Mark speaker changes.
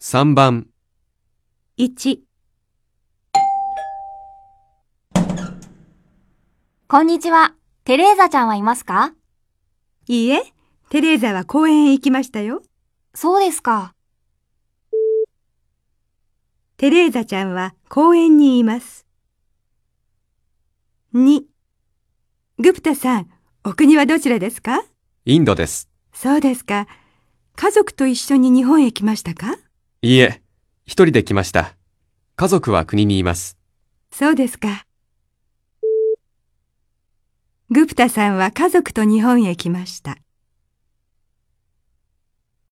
Speaker 1: 3番、
Speaker 2: 1、
Speaker 3: こんにちは。テレーザちゃんはいますか
Speaker 2: いいえ、テレーザは公園へ行きましたよ。
Speaker 3: そうですか。
Speaker 2: テレーザちゃんは公園にいます。2、グプタさん、お国はどちらですか
Speaker 1: インドです。
Speaker 2: そうですか。家族と一緒に日本へ来ましたか
Speaker 1: いいえ、一人で来ました。家族は国にいます。
Speaker 2: そうですか。グプタさんは家族と日本へ来ました。